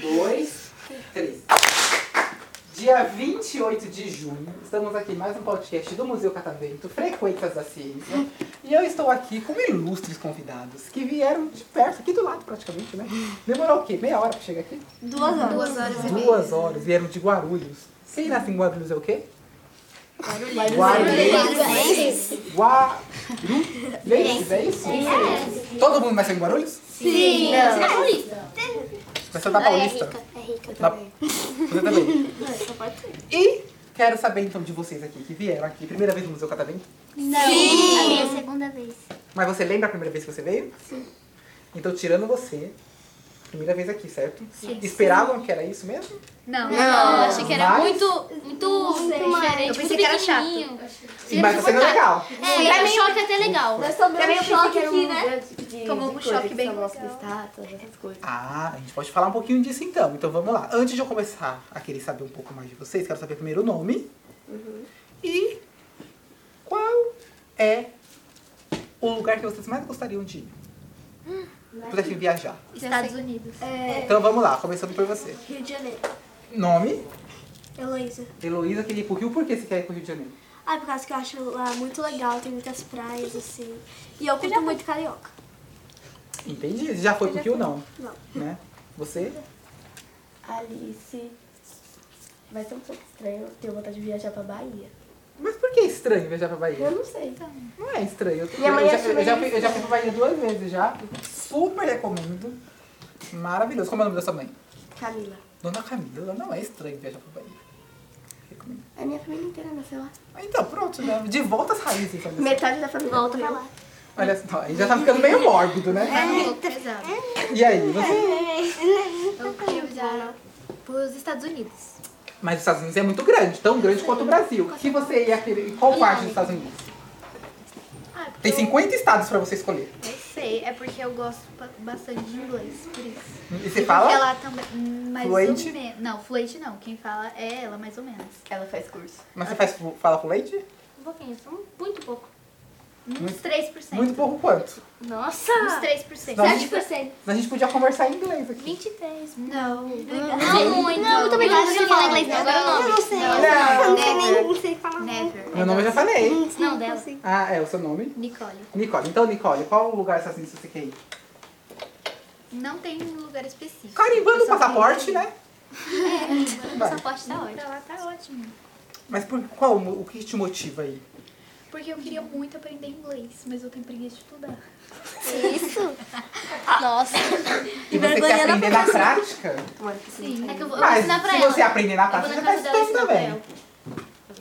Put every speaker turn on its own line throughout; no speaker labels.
Dois, três. Dia 28 de junho, estamos aqui em mais um podcast do Museu Catavento, Frequências da Ciência. E eu estou aqui com ilustres convidados que vieram de perto, aqui do lado praticamente, né? Demorou o quê? Meia hora pra chegar aqui?
Duas horas.
Duas horas e meia.
Duas horas, vieram de Guarulhos. Quem nasce em Guarulhos é o quê? Guarulhos. Guarulhos. É isso? Todo mundo nasceu em Guarulhos?
Sim.
Não.
Você tá paulista?
É rica
Na-
também.
Tá Você também.
É,
E quero saber então de vocês aqui que vieram aqui, primeira vez no Museu Catavento.
Não. Sim. A minha segunda vez.
Mas você lembra a primeira vez que você veio? Sim. Então, tirando você, primeira vez aqui, certo? Sim. Esperavam que era isso mesmo?
Não. Eu achei que era
Mas-
muito, muito, muito diferente.
Eu pensei que era chato.
Mas você não é legal.
É, era um choque até legal.
Mas também
Também
eu
eu pensei
choque
que era
aqui,
um
né? De,
Tomou um
de
choque
coisa,
bem
que são as estátuas, essas coisas.
Ah, a gente pode falar um pouquinho disso então. Então vamos lá. Antes de eu começar a querer saber um pouco mais de vocês, quero saber primeiro o nome. E qual é o lugar que vocês mais gostariam de ir? Se pudessem viajar.
Estados Unidos.
Então vamos lá, começando por você.
Rio de Janeiro.
Nome,
Heloísa.
Heloísa, queria ir pro Rio, por que você quer ir pro Rio de Janeiro?
Ah, por causa que eu acho lá muito legal, tem muitas praias, assim. E eu curto muito carioca.
Entendi. Você já foi pro Rio ou não?
Não.
Né? Você?
Alice. Vai ser um pouco estranho. eu Tenho vontade de viajar pra Bahia.
Mas por que é estranho viajar pra Bahia?
Eu não sei.
Não é estranho. Eu,
Minha
eu
mãe
já,
acha
eu,
meio
já fui, eu já fui pra Bahia duas vezes já. Super recomendo. Maravilhoso. Como é o nome da sua mãe?
Camila.
Dona Camila, não é estranho viajar pra Bahia. Recomendo.
A minha família inteira nasceu lá.
Ah, Então, pronto, né? De volta às raízes. então.
Metade da família
Volta pra
morreu.
lá.
Olha só, aí já tá ficando meio mórbido, né?
Era um pouco pesado.
E aí, você?
Então,
Eu queria viajar
é.
pros Estados Unidos.
Mas os Estados Unidos é muito grande, tão grande quanto o Brasil. O que você ia querer? Qual parte dos Estados Unidos?
Ah, porque
Tem
eu-
50 estados pra você escolher.
Eu sei, é porque eu gosto ba- bastante de inglês, por isso.
E você
Porque
fala?
ela também, hum, mais
Fluente?
ou menos. Não, fluente não. Quem fala é ela, mais ou menos.
Ela faz curso.
Mas você faz, fala fluente?
Um pouquinho, só um- muito pouco.
Uns
Muito-
3%.
Muito pouco quanto?
Nossa!
Uns 3%.
Tá
Não.
Sete-
7%.
Mas a gente podia conversar em inglês aqui.
23.
Não.
Não, muito. Não, muito obrigada. Você fala inglês, né? Agora o nome. Não sei.
Não.
Never.
sei falar.
Never.
Meu nome eu já falei.
Não, dela.
Ah, é o seu nome?
Nicole.
Nicole. Então, Nicole, qual o lugar dos Estados Unidos você quer ir?
Não tem um lugar específico.
Carimbando
Eu
o
só
passaporte,
tenho-
né? Vai.
Passaporte tá ótimo.
Pra lá tá ótimo.
Mas por qual mo- o que te motiva aí?
Porque eu queria muito aprender inglês, mas eu tenho preguiça de estudar.
Isso? Ah, Nossa.
E você quer aprender na prática?
Tomara que sim.
Sim. É que eu vou, eu vou
Mas
ensinar pra
se
ela.
você aprender na
Eu vou
prática,
na
você
casa
faz
dela
estudando
ensinar pra
também.
ela.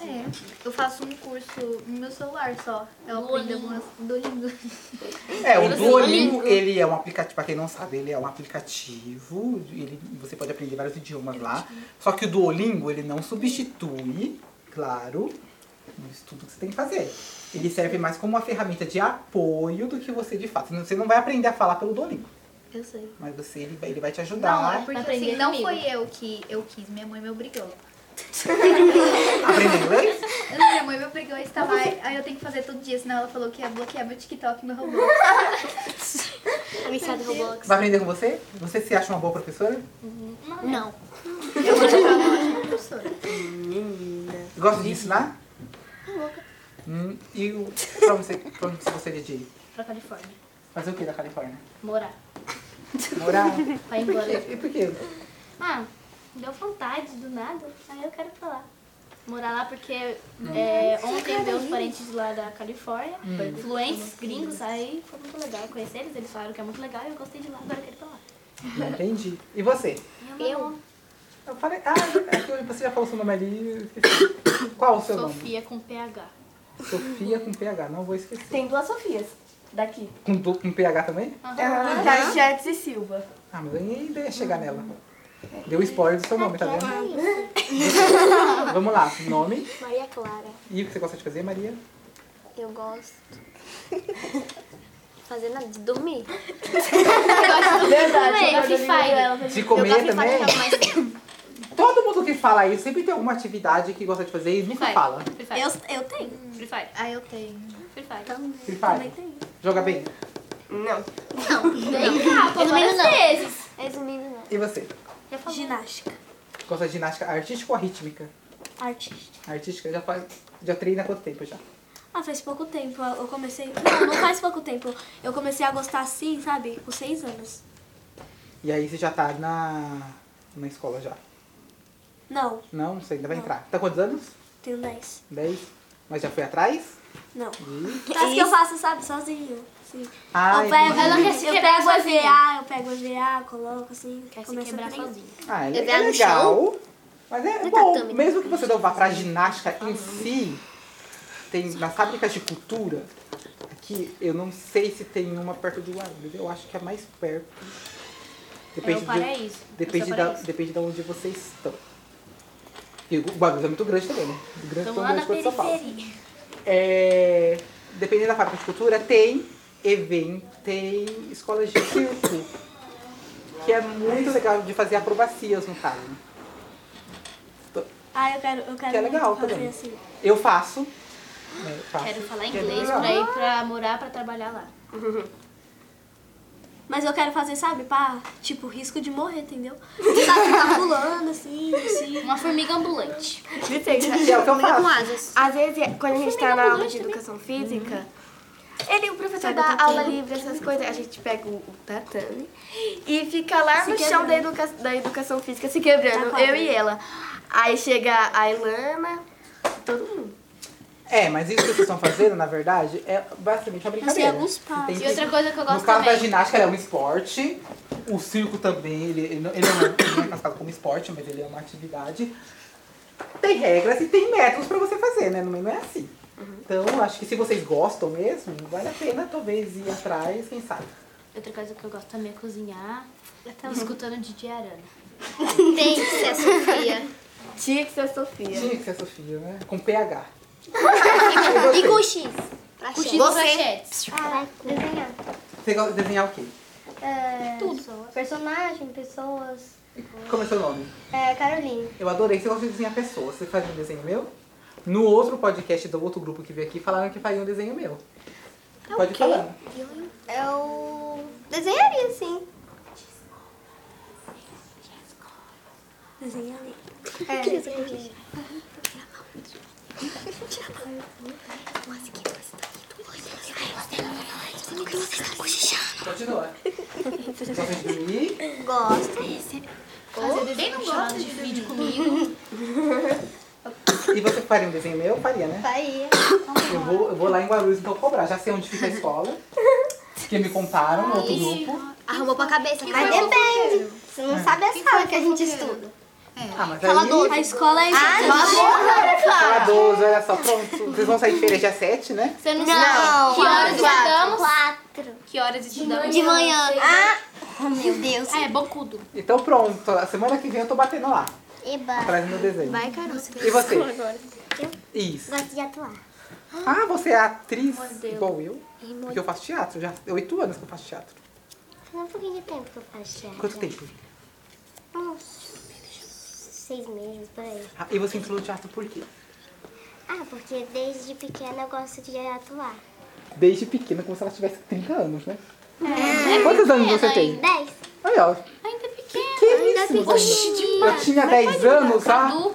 É, eu faço um curso no meu celular só. Eu aprendo
Duolingo.
algumas do língua.
É, o
Você
Duolingo, ele é um aplicativo, pra quem não sabe, ele é um aplicativo, ele, você pode aprender vários idiomas lá. Só que o Duolingo, ele não substitui, claro, o estudo que você tem que fazer. Ele serve mais como uma ferramenta de apoio do que você de fato. Você não vai aprender a falar pelo Duolingo,
Eu sei.
mas você, ele, vai, ele vai te
Não, é
ajudar
porque
aprender
assim, não
comigo.
foi eu que eu quis, minha mãe me obrigou.
a aprender inglês.
Não, minha mãe me obrigou a instalar, aí eu tenho que fazer todo dia, senão ela falou que ia bloquear meu TikTok e meu robô.
Amistade Roblox.
Vai aprender com você? Você se acha uma boa professora?
Não.
Eu vou achar uma ótima professora.
Menina.
Gosta de ensinar? Hum, e o, pra, onde você, pra onde você gostaria de ir?
Pra Califórnia.
Fazer o que da Califórnia?
Morar.
Morar?
Pra ir
Por
embora.
quê? E por quê?
Ah, deu vontade do nada. Aí eu quero pra lá. Morar lá porque é, ontem veio uns parentes lá da Califórnia, fluentes, gringos, aí foi muito legal conhecer eles, eles falaram que é muito legal e eu gostei de lá, agora eu quero ir pra lá.
Não entendi. E você?
Eu,
Eu falei, ah, é que você já falou seu nome ali, eu esqueci. Qual o seu
Sofia com PH.
nome? Sofia com PH, não vou esquecer.
Tem duas Sofias daqui.
Com, du- com PH também?
Ah, Tati e Silva.
Ah, mas eu nem ia chegar nela. Deu spoiler do seu nome, tá vendo?
É,
Vamos lá, nome.
Maria Clara,
E o que você gosta de fazer, Maria?
eu gosto. Fazer nada, de dormir.
Verdade.
Também, eu fiz ela.
né?
De
eu
comer
gosto de
também?
fazer mais.
Todo Todo mundo que fala isso sempre tem alguma atividade que gosta de fazer e nunca
Free Fire.
fala.
Free Fire.
Eu, eu tenho.
Free Fire.
Ah, eu tenho.
Free Fire.
Free Fire. Joga bem.
Não.
Bem rápido, várias vezes.
Resumindo, não.
E você?
Já falou.
Ginástica.
Gosta de ginástica artística ou rítmica?
Artista.
Artística já faz. Já treina há quanto tempo já?
Ah, faz pouco tempo. Eu comecei. Não, não faz pouco tempo. Eu comecei a gostar assim, sabe? Com seis anos.
E aí você já tá na. na escola já.
Não,
Não, você ainda vai
Não.
entrar. Tá quantos anos?
tenho dez.
10? Mas já foi atrás?
Não.
Ih.
Mas que eu faço, sabe? Sozinho. Assim.
Ah,
eu pego,
Ela quer se
eu
quebrar
pego a
sozinha.
VA, eu pego a VA, coloco assim.
Quer se
começo a
quebrar
treinar.
sozinho.
Ah, é,
É
le- é
viado no
legal. Mas é bom,
tatame.
mesmo que você não vá pra ginástica em si, tem nas fábricas de cultura, aqui eu não sei se tem uma perto de Guarulhos, eu acho que é mais perto.
É
Depende,
o
é
de,
paraíso.
depende,
Seu
da,
paraíso.
depende de onde vocês estão. E o Guarulhos é muito grande também, né? Grande,
Estamos
tão
lá
grande
na
quanto São Paulo.
periferia.
É, dependendo da fábrica de cultura, tem evento, tem escolas de circo, que é muito legal de fazer acrobacias no caso.
Ah, eu quero, eu quero
Que é legal
muito fazer
também.
assim.
Eu faço. né, faço.
Quero falar
Que é
inglês
legal.
pra ir pra morar, pra trabalhar lá.
Mas eu quero fazer, sabe, pá, tipo, risco de morrer, entendeu? Sabe, ficar pulando assim, assim.
Uma formiga ambulante.
Que é o que eu
Com
faço.
asas.
Às vezes, quando a gente tá na aula de educação física, ele, o professor dá aula livre, essas coisas, a gente pega o, o tatame e fica lá no chão da, educa- da educação física se quebrando, eu e ela. Aí chega a Ilana, todo mundo.
É, mas isso que vocês estão fazendo, na verdade, é basicamente uma brincadeira.
alguns passos.
Tem
E
que-
outra coisa que eu
No
gosto
caso da
também.
ginástica, ela é um esporte. O circo também, ele, ele não, ele não é, ele não é classificado como esporte, mas ele é uma atividade. Tem regras e tem métodos pra você fazer, né? Não é- não é assim.
Uhum.
Então, acho que se vocês gostam mesmo, vale a pena talvez ir atrás, quem sabe.
Outra coisa que eu gosto também é cozinhar. Escutando Didi Arana.
Tem que ser a Sofia.
Tinha que ser a Sofia.
Tinha que ser a Sofia, né? Com PH.
E com X.
Curtindo os rachetes.
Ah, desenhar.
Você gosta de desenhar o quê?
É, Tudo. Personagem, pessoas.
Como é seu nome?
É, Caroline.
Eu adorei. Você gosta de desenhar pessoas. Você faz um desenho meu? No outro podcast do outro grupo que veio aqui, falaram que faria um desenho meu.
É
Pode falar.
Eu desenharia, sim.
Desenhar ali.
É.
Continua. Gosta de dormir?
Gosto.
Quem não gosta de vídeo comigo?
E você faria um desenho meu? Faria, né?
Faria.
Eu vou, eu vou lá em Guarulhos e vou cobrar. Já sei onde fica a escola. Porque me contaram no outro grupo.
Arrumou pra cabeça.
Mas depende. Você não sabe a sala que a gente estuda.
é.
Ah, mas aí...
A escola
Ah,
é
Fala 12, olha só, pronto. Vocês vão sair de férias dia 7, né?
Você não,
Não,
sabe que horas estudamos?
Quatro.
Que horas estudamos?
De manhã. Ah, oh, meu Deus.
Ah, é bocudo.
Então pronto. A semana que vem eu tô batendo lá.
Eba.
Atrás do meu desenho.
Vai, Carol. Você
E você? Isso.
gosta de atuar.
Ah, você é atriz igual eu? Porque eu faço teatro já. É oito anos que eu faço teatro.
Faz um pouquinho de tempo que eu faço teatro.
Quanto tempo?
Uns seis meses, por aí.
Ah, e você entrou no teatro por quê?
Ah, porque desde pequena eu gosto de atuar.
Desde pequena, como se ela tivesse 30 anos, né? Quantos anos você tem?
Dez.
Olha, ó.
É. Ainda pequeno.
Que isso? gente? Eu tinha 10 anos há
Du,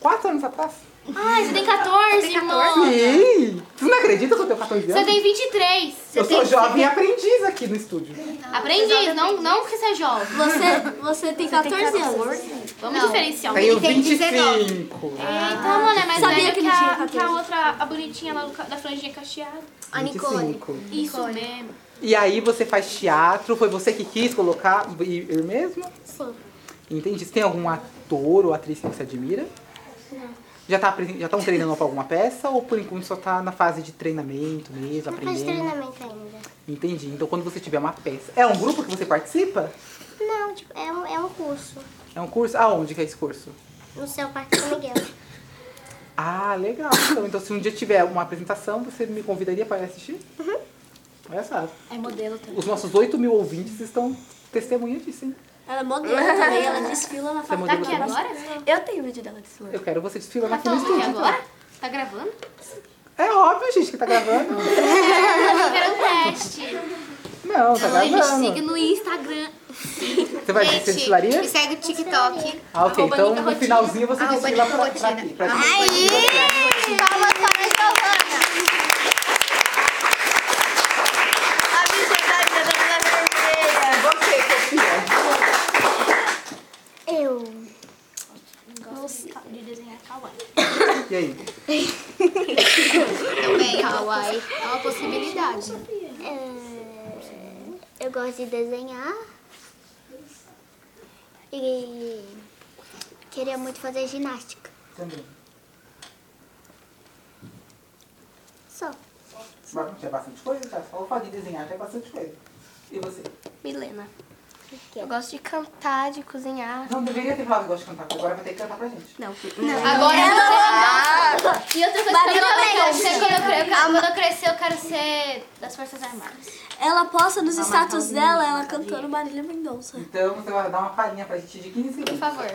4 anos atrás.
Ai, você tem 14, irmão.
Sim! Você não acredita que eu tenho 14
Você
anos?
tem 23.
eu sou jovem aprendiz aqui no estúdio.
Aprendi, não, não que você é jovem.
Você, você tem 14 anos.
Vamos diferenciar um
Tenho
pouco.
25.
Então, mano, é mais
Sabia
velho
que
que,
ele tinha
a,
14.
que a outra, a bonitinha lá do ca- da franjinha cacheada.
25.
Isso mesmo.
E aí você faz teatro, foi você que quis colocar e- eu mesmo?
Sim.
Entendi. Você tem algum ator ou atriz que você admira? Já tá apresen- já estão treinando pra alguma peça ou por enquanto só tá na fase de treinamento mesmo,
Não faz
aprendendo?
treinamento ainda.
Entendi. Então quando você tiver uma peça. É um grupo que você participa?
Não, tipo, é um, é um curso.
É um curso? Aonde que é esse curso?
No seu Parque São Miguel.
Ah, legal. Então, então se um dia tiver uma apresentação, você me convidaria para assistir? Uhum. Olha só.
É modelo também.
Os nossos 8 mil ouvintes estão testemunha disso, hein?
Ela é modelo também, ela desfila na
Tá,
Você é
faculdade.
modelo
Daqui
também?
agora?
Eu tenho vídeo dela desse lado.
Eu quero você desfilando aqui no
Toma, aqui
estúdio. então.
agora? Tá gravando?
É óbvio, gente, que tá gravando.
Era um teste.
Não, tá
Então, me siga
gravando.
no Instagram.
Você vai ser desfilaria?
me segue o TikTok.
Ah, ok.
Arroba
Então
Nica
no
Rotina.
finalzinho
Ah, né? é?
você desfila
Arroba Nica
pra, pra
Rotina.
aqui. Pra
Aí! Palmas para a Giovana!
A bichadinha da minha tá vermelha.
Eu.
Gosto de desenhar kawaii.
E aí?
Também, Hawaii. É uma possibilidade.
eh, eu gosto de desenhar. E queria muito fazer ginástica.
Também.
Só.
Mas já é bastante coisa, tá? Só o fato de desenhar já é bastante coisa. E você?
Milena.
quê?
Eu gosto de cantar, de cozinhar.
Não deveria ter falado que gosta de cantar, porque agora vai ter que cantar pra gente.
Não, não.
Agora eu não sei. E outra coisa que eu quero ser quando eu cre- quando eu crescer, eu quero ser das Forças Armadas.
Ela posta
Tá
nos status dela, ela cantando Marília Mendonça.
Então você vai dar uma palhinha pra gente de 15
Por
segundos.
favor.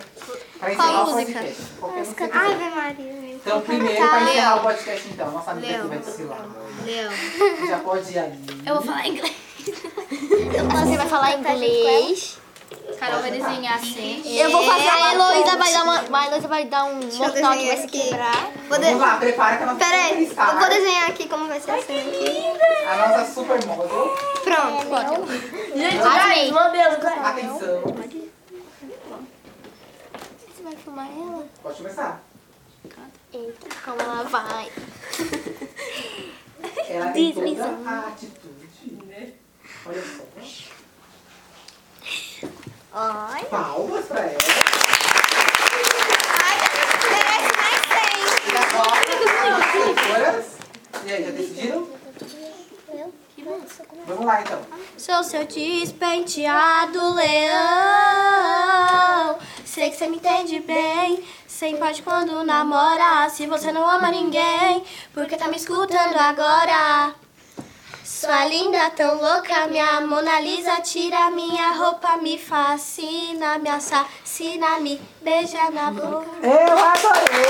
Pra encerrar o
música? Ah,
podcast. Qualquer música que você
Ave Maria.
Então
tá.
primeiro, pra encerrar
Leão.
o podcast então, nossa amiga aqui
Leão.
vai desfilar.
Leão.
Já pode ir aí.
Eu vou falar inglês.
Você vai falar inglês.
Carol assim. vai desenhar a cena.
Eu vou fazer. A Heloísa vai dar uma. A Heloísa vai dar um mortal que vai se quebrar. Vou
Vamos lá, prepara que a nossa super star,
desenhar aqui como vai ser a cena aqui.
a nossa supermodel,
Pronto, pode. Amei.
atenção,
Você vai filmar ela?
pode começar.
Eita, como ela vai.
Ela tem toda a atitude, né? Olha só.
Ai.
Palmas pra ela. E Tá agora, as cantoras. E aí, já decidiram? Vamos lá então.
Sou seu despenteado leão. Sei que você me entende bem. Sem pode quando namora. Se você não ama ninguém, porque tá me escutando agora? Sua linda tão louca, minha Mona Lisa tira minha roupa, me fascina, me assassina, me beija na boca.
Eu adorei!